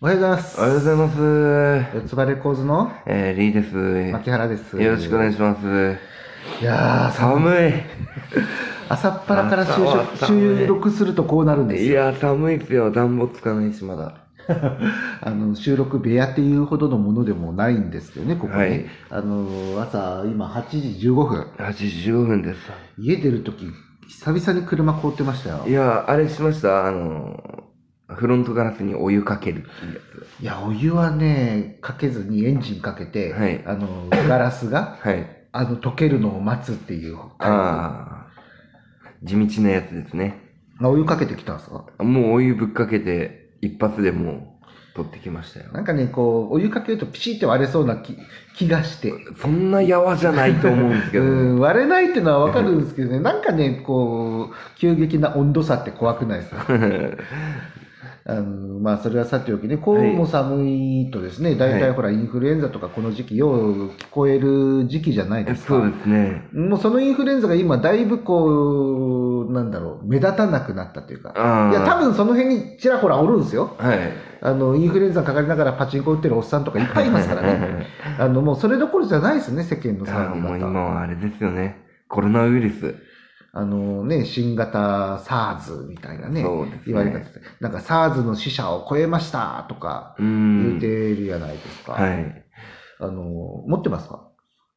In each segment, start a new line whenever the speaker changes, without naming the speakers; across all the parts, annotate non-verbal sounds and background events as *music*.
おはようございます。
おはようございます。
四つ葉レコーズの
えー、リーで
牧原です。
す。よろしくお願いします。
いやー、さ
寒
朝っぱらから
朝は
収
寒い
収録するとこうなるんで
い。
す
い
よ。
や、寒いっすよ。暖房つかないし、まだ。
あの収録部屋っていうほどのものでもないんですけどね、ここね。
はい
あの朝、今8時15分。
8時15分です。
家出るとき、久々に車凍ってましたよ
い。や、あれしましたあの、フロントガラスにお湯かけるっていうや
いや、お湯はね、かけずにエンジンかけて、
はい
あのガラスが
つ。はい。
あの溶けるのを待つっていう。
あー、地道なやつですね。
あお湯かけてきたんですか
もうお湯ぶっかけて、一発でもう、取ってきましたよ。
なんかね、こう、お湯かけるとピシッて割れそうな気気がして。
そんなやわじゃないと思うんですけど。
うん、割れないっていうのはわかるんですけどね、なんかね、こう、急激な温度差って怖くないです *laughs* かあのまあ、それはさておきね、こうも寒いとですね、大体ほら、インフルエンザとかこの時期、よう聞こえる時期じゃないですか。
*laughs* そうですね。
もうそのインフルエンザが今、だいぶこう、なんだろう、目立たなくなったというか、
あー
いや、多分その辺にちらほらおるんですよ。
はい。
あの、インフルエンザかかりながらパチンコ打ってるおっさんとかいっぱいいますからね。あの、もうそれどころじゃないですね、世間の
あ
騒
ー
ぎ
もう
方。
今はあれですよね。コロナウイルス。
あのね、新型 SARS みたいなね、
そうですね
言われ方で、なんか SARS の死者を超えましたとか
う
言うんて。るじゃないですか。
はい。
あの、持ってますか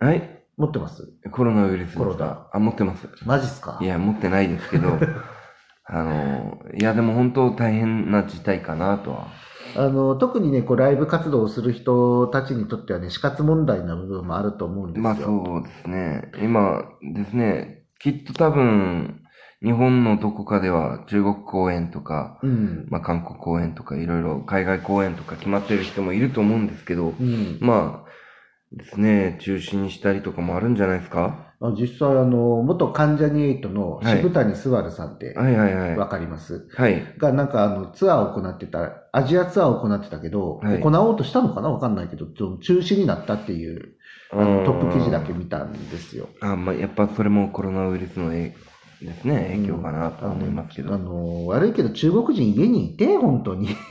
はい。
持ってます
コロナウイルスです
コロナ
かあ、持ってます。
マジっすか
いや、持ってないですけ
*laughs*
ど、あの、いや、でも本当大変な事態かなとは。
あの、特にね、こうライブ活動をする人たちにとってはね、死活問題な部分もあると思うんですよ。
まあそうですね。今ですね、きっと多分、日本のどこかでは中国公演とか、
うん。
まあ韓国公演とかいろいろ海外公演とか決まってる人もいると思うんですけど、
うん、
まあですね、中止にしたりとかもあるんじゃないですか
あ実際、あの、元関ジャニエイトの渋谷すわるさんって、
はいはいはい。
わ
は
かります
い。
が、なんかあの、ツアーを行ってた、アジアツアーを行ってたけど、
はい
行おうとしたのかなわかんないけど、ちょ中止になったっていう
ト
あのトップ記事だけ見たんですよ。
あまあ、やっぱそれもコロナウイルスのえいですね、影響かなとは思いますけど。 *laughs*
あの、悪いけど中国人家にいて、本当に。 *laughs*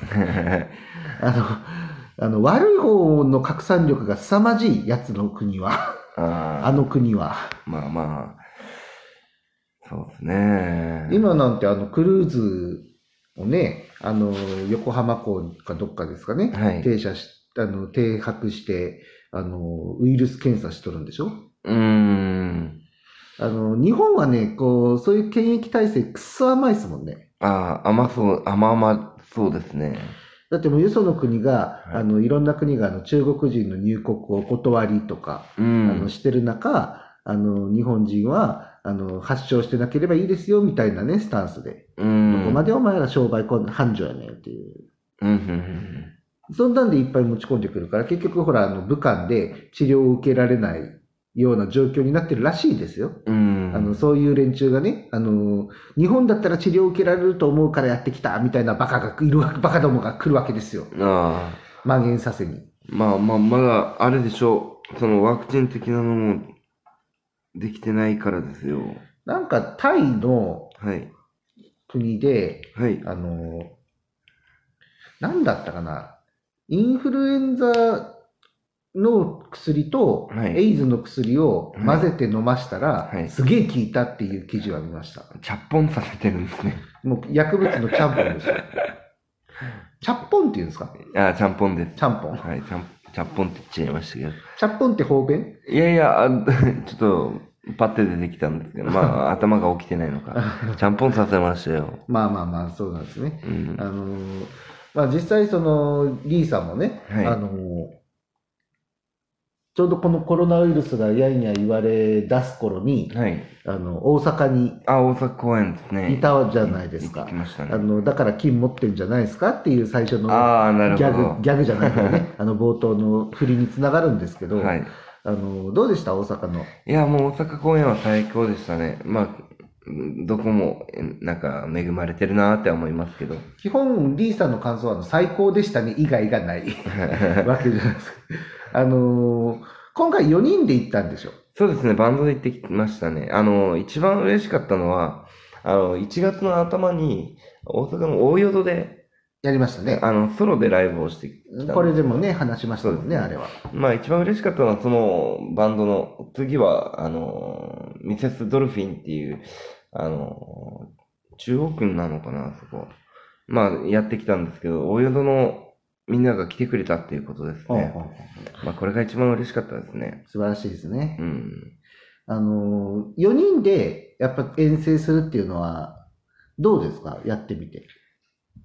あの、あの、悪い方の拡散力が凄まじいやつの国は、 *laughs* あ
あ
の国は。
ーまあまあ、そうですね。
今なんてあの、クルーズをね、あの、横浜港かどっかですかね、
はい
停車し、あの、停泊して、あの、ウイルス検査しとるんでしょ
うーん。
あの、日本はね、こう、そういう検疫体制くっそ甘いですもんね。
ああ、甘そう、甘々そうですね。
だってもうよその国が、
はい
あの、いろんな国があの中国人の入国をお断りとか、
う
あの、
ん。
してる中、あの、日本人は、あの、発症してなければいいですよ、みたいなね、スタンスで。
う
ど
ん。
こまでお前ら商売繁盛やねんっていう。
うんうんうん
そんなんでいっぱい持ち込んでくるから、結局ほら、あの、武漢で治療を受けられないような状況になってるらしいですよ。
うん。うん。
あの、そういう連中がね、あの、日本だったら治療を受けられると思うからやってきた、みたいなバカがいるわ、バカどもが来るわけですよ。
ああ。
蔓延させに。
まあまあ、まだ、あれでしょう。そのワクチン的なのも、できてないからですよ。
なんか、タイの
はい。
国で、
はい。
あの、なんだったかな、インフルエンザの薬と、
はい
エイズの薬を混ぜて飲ましたら、
はい
すげえ効いたっていう記事は見ました。
チャッポンさせてるんですね。
もう薬物のちゃんぽん
*laughs*
ですよ。チャッポンって言うんですか
ああ、ちゃんぽんです
ち。ゃんぽん。
はい、ちゃん、ちゃんぽんって言っちゃいましたけど。
ちゃんぽんって方便
いやいや、あ *laughs* ちょっと、パッて出てきたんですけど、まあ、頭が起きてないのか。ちゃんぽんさせましたよ。
まあまあまあ、そうなんですね。
うん
あ。のーまあ実際その、リーさんもね、
はい
あのーちょうどこのコロナウイルスがやいや言われ出す頃に、
はい。
あの、大阪に
あ、大阪公園ですね。
いたじゃないです
行っ
か
てき。ました
あ
ね。
の、だから金持ってんじゃないですかっていう最初のギ
ああ、なる
ャ
ほ
グ、
ど。
ギャグじゃないからね、
*laughs*
あの冒頭の振りにつながるんですけど、
はい。
あの、どうでした大阪の。
いや、もう大阪公園は最高でしたね。まあ、うんどこも、えなんか、恵まれてるなーって思いますけど。
基本、リーさんの感想はあの、最高でしたね、以外が
*laughs*
ないわけじゃないですか。あのー今回4人で行ったんでしょ。
そうですね、バンドで行ってきましたね。あの、一番嬉しかったのは、あの、1月の頭に、大阪の大淀で、
やりましたね。
あの、ソロでライブをしてきたんすけど
これでもね、話しましたもんね、
そう
あ
で
れは。
まあ一番嬉しかったのはそのバンドの、次はあの、ミセスドルフィンっていう、あの、中央区なのかな、そこ。まあやってきたんですけど、大淀のみんなが来てくれたっていうことです
うんうん
ね。まあこれが一番嬉しかったですね。
素晴らしいですね
う。ん。
あの、4人でやっぱ遠征するっていうのは、どうですかやってみて。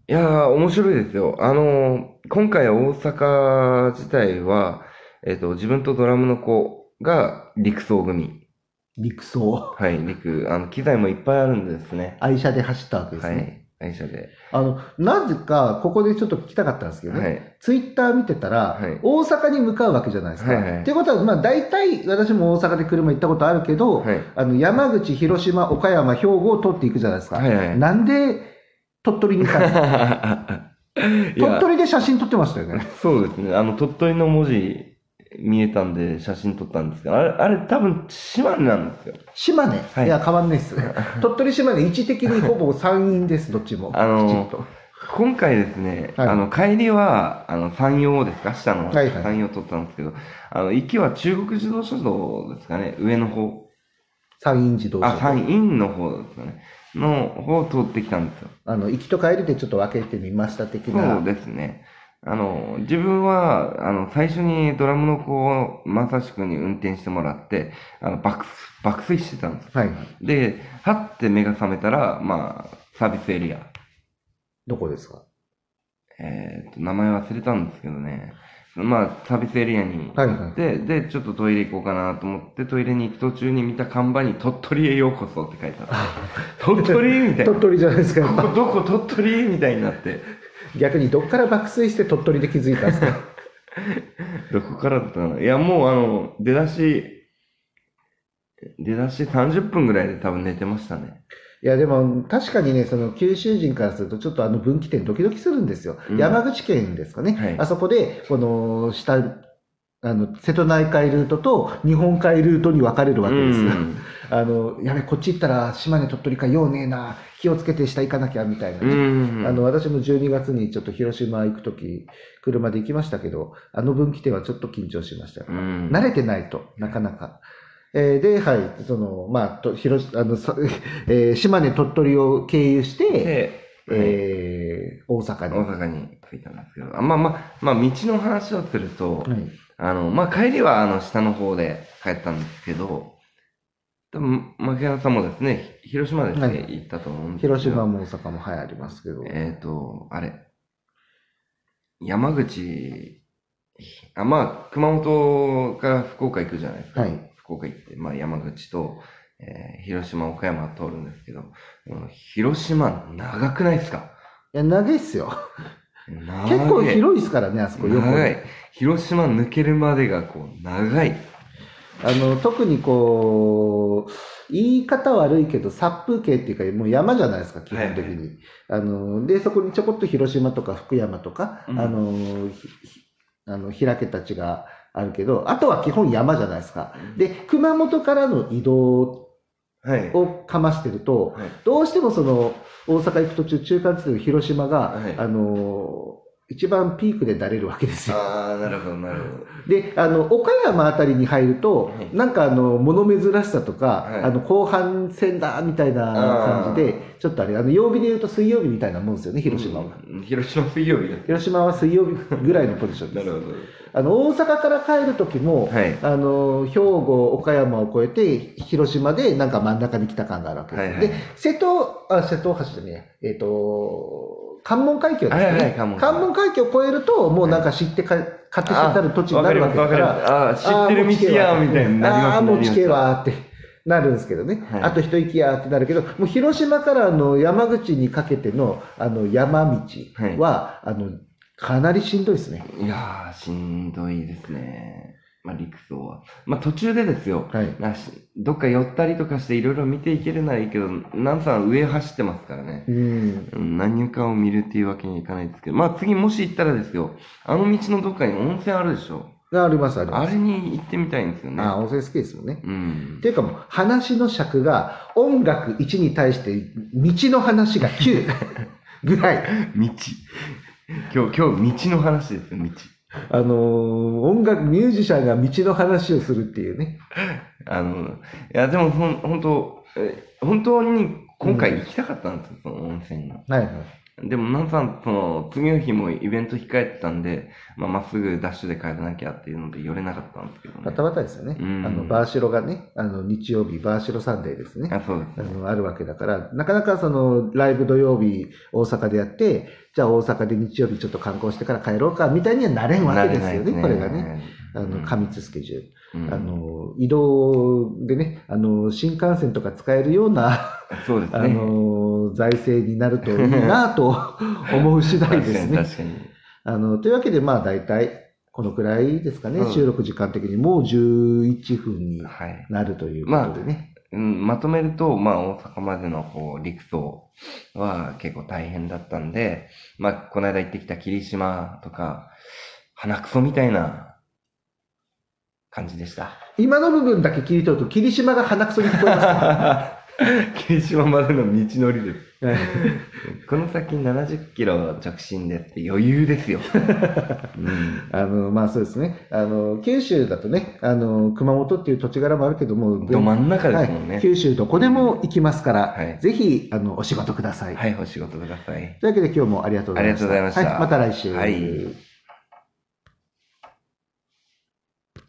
いやー、面白いですよ。あの、今回大阪自体は、えっ、と、自分とドラムの子が陸送組。
陸走。
はい、陸、あの、機材もいっぱいあるんですね。
愛車で走ったわけです
は
ね。
い、会社で。
あの、なぜか、ここでちょっと聞きたかったんですけどね。
はい。
ツイッター見てたら、
はい
大阪に向かうわけじゃないですか。
はいはい
っていうことは、まあ大体私も大阪で車行ったことあるけど、
はい。
あの山口、広島、岡山、兵庫を取っていくじゃないですか。
はいはい。
なんで鳥取に行
*laughs*
ったんですか
い
鳥
や
取で写真撮ってましたよね。
そうですね。あの、鳥取の文字見えたんで写真撮ったんですけど、あれ、あれ多分島根なんですよ。
島根、
はい
い、や、変わんないっす。
*laughs*
鳥取、島根、位置的にほぼ山陰です、どっちも。
あのー
きちっ
今回ですね、
はい
あの、帰りは、あの、山陽ですか下の、
はいはい
山陽撮ったんですけど、あの、行きは中国自動車道ですかね、上の方。
と山陰自動
あ、
車道。
山陰の方ですかね。の方を通ってきたんですよ。
あの、行きと帰りでちょっと分けてみました的な。
そうですね。あの、自分は、あの、最初にドラムの子を、まさしくんに運転してもらって、あの、爆、爆睡してたんです。
はい。
で、はって目が覚めたら、まあ、サービスエリア。
どこですか
えっ、と、名前忘れたんですけどね。まあ、サービスエリアに
はいはい。
で、で、ちょっとトイレ行こうかなと思って、トイレに行く途中に見た看板に、鳥取へようこそって書いてあ
*laughs*
った。鳥取みたいな。
鳥
こ
取じゃないですか。
こどこ鳥取みたいになって。
逆にどっから爆睡して鳥取で気づいたんですか
どこからだったのいや、もうあの、出だし、出だし30分ぐらいで多分寝てましたね。
いやでも確かにねその九州人からするとちょっとあの分岐点ドキドキするんですよ、
うん
山口県ですかね、
はい
あそこでこの下あの瀬戸内海ルートと日本海ルートに分かれるわけですよ、
うん
*laughs* あのやべこっち行ったら島根鳥取かようねえな気をつけて下行かなきゃみたいなね、
うん。
あの、私も12月にちょっと広島行くとき、車で行きましたけど、あの分岐点はちょっと緊張しましたよ。
うん
慣れてないとなかなか。えーで、はい、その、まあ、と広あの、そ *laughs* えー島根、鳥取を経由して、
で、
え
え
ー大阪
ー
に。
大阪に着いたんですけど、あまあまあ、まあ、道の話をすると、
はい
あの、まあ、帰りはあの、下の方で帰ったんですけど、多分、牧原さんもですね、ひ広島ですね、
はい
行ったと思うんですけど。
広島も大阪も、はい、ありますけど。
えっ、と、あれ、山口、あまあ、熊本から福岡行くじゃないですか。
はい
福岡行って、まあ、山口と、えー広島、岡山通るんですけど、うん広島長くないですか
いや、長いっすよ。
長い
結構広いっすからね、あそこ、横に
長い。広島抜けるまでがこう、長い。
あの、特にこう、言い方悪いけど、殺風景っていうか、もう山じゃないですか、基本的に。あの、で、そこにちょこっと広島とか福山とか、
うん
あの、ひひあの開けた地があるけど、あとは基本山じゃないですか。で、熊本からの移動
はい。
をかましてると、
はい
どうしてもその、大阪行く途中、中間地点の広島が、
はい
あの、一番ピークでだれるわけですよ。
ああ、なるほど、なるほど。
であの岡山あたりに入ると、
はい
なんかあの物珍しさとか、
はい
あの後半戦だみたいな感じ
あ
でちょっとあれあの曜日で言うと水曜日みたいなもんですよね広島は、
うん広島水曜日だ
広島は水曜日ぐらいのポジションで
*laughs* な
す
るほ
あの大阪から帰る時も、
ど。はい。
あの兵庫岡山を越えて広島でなんか真ん中に来た感があるわけです、
はいはい
で瀬戸あ瀬戸大橋じゃねええっ、と関門海峡ですね、
はいはい関門
関門海峡を越えるともうなんか知ってか、勝手知ったる土地に
わ
な
かり
るわ
ま
け
す、
だ
わ
か
かり
ら
ます。ああ、知ってる道や、みたいになります
ああ、もう地形。
なりま
はーってなるんですけどね。
はい
あと一息やーってなるけど、もう広島からあの山口にかけてのあの山道は、あの、かなりしんどいですね。
すいやー、しんどいですね。まあ、陸送は。まあ、途中でですよ。
はい。
なしどっか寄ったりとかしていろいろ見ていけるならいいけど、なんさん上走ってますからね。
うん。
うん何かを見るっていうわけにはいかないですけど、まあ次もし行ったらですよ、あの道のどっかに温泉あるでしょ。
あります、あり
あ
ます。
れに行ってみたいんですよね。
ああ、温泉好きですもんね。
うん
って。いうかもう、話の尺が音楽1に対して、道の話が9ぐらい。
道。今日、今日、道の話ですよ、道。
あのー音楽、ミュージシャンが道の話をするっていうね。
あの、いや、でも、ほん、本当え本当に今回行きたかったんですよ、その温泉が。
はいはい。
でも、なんさん、その、次の日もイベント控えてたんで、まあ、まっすぐダッシュで帰らなきゃっていうので寄れなかったんですけどね。
バタバタですよね。
うん
あの、バーシロがね、あの、日曜日、バーシロサンデーですね。
あ、そうです
あ
ね。
のあるわけだから、なかなかそのライブ土曜日大阪でやって、じゃあ大阪で日曜日ちょっと観光してから帰ろうかみたいにはなれんわけですよね、これがね。あの過密スケジュール、
うん
あ、の移動でねあの、新幹線とか使えるような
そうですね。
あの財政になるといいなと
*laughs*
思う次第ですね。
確かに。確
あのというわけで、まあ大体このくらいですかね、
うん
収録時間的にもう11分に
かにはい。
なるということでね。
うん、まとめると、まあ、大阪までのこう陸送は結構大変だったんで、まあ、この間行ってきた霧島とか、鼻くそみたいな感じでした。
今の部分だけ切り取ると、霧島が鼻くそに聞こえ *laughs* ます。
*laughs* 霧島までの道のりで
はい
す。この先70キロ直進でって余裕で
*laughs*
すよ。うん
あの、まあそうですね。あの、九州だとね、あの、熊本っていう土地柄もあるけども、
ど真ん中
は
ですもん
い、
ね。
九州どこでも行きますから、
はい
ぜひ、あの、お仕事ください。
はい、お仕事ください。
というわけで今日もありがとうございました。
ありがとうございました
はい、また来週。
はい